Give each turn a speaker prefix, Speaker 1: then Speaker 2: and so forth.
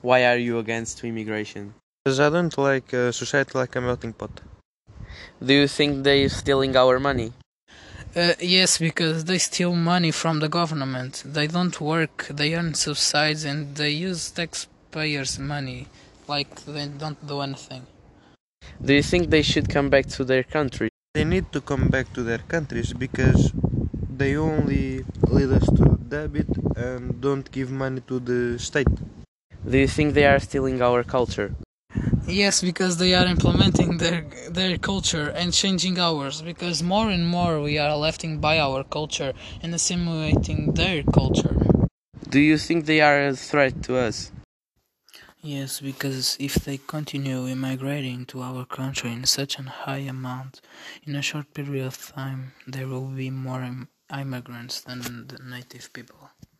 Speaker 1: Why are you against immigration?
Speaker 2: Because I don't like uh, society like a melting pot.
Speaker 1: Do you think they're stealing our money?
Speaker 3: Uh, yes, because they steal money from the government. They don't work, they earn subsidies, and they use taxpayers' money. Like they don't do anything.
Speaker 1: Do you think they should come back to their country?
Speaker 2: They need to come back to their countries because they only lead us to debit and don't give money to the state.
Speaker 1: Do you think they are stealing our culture?
Speaker 3: Yes, because they are implementing their their culture and changing ours. Because more and more we are lefting by our culture and assimilating their culture.
Speaker 1: Do you think they are a threat to us?
Speaker 3: Yes, because if they continue immigrating to our country in such a high amount, in a short period of time, there will be more im- immigrants than the native people.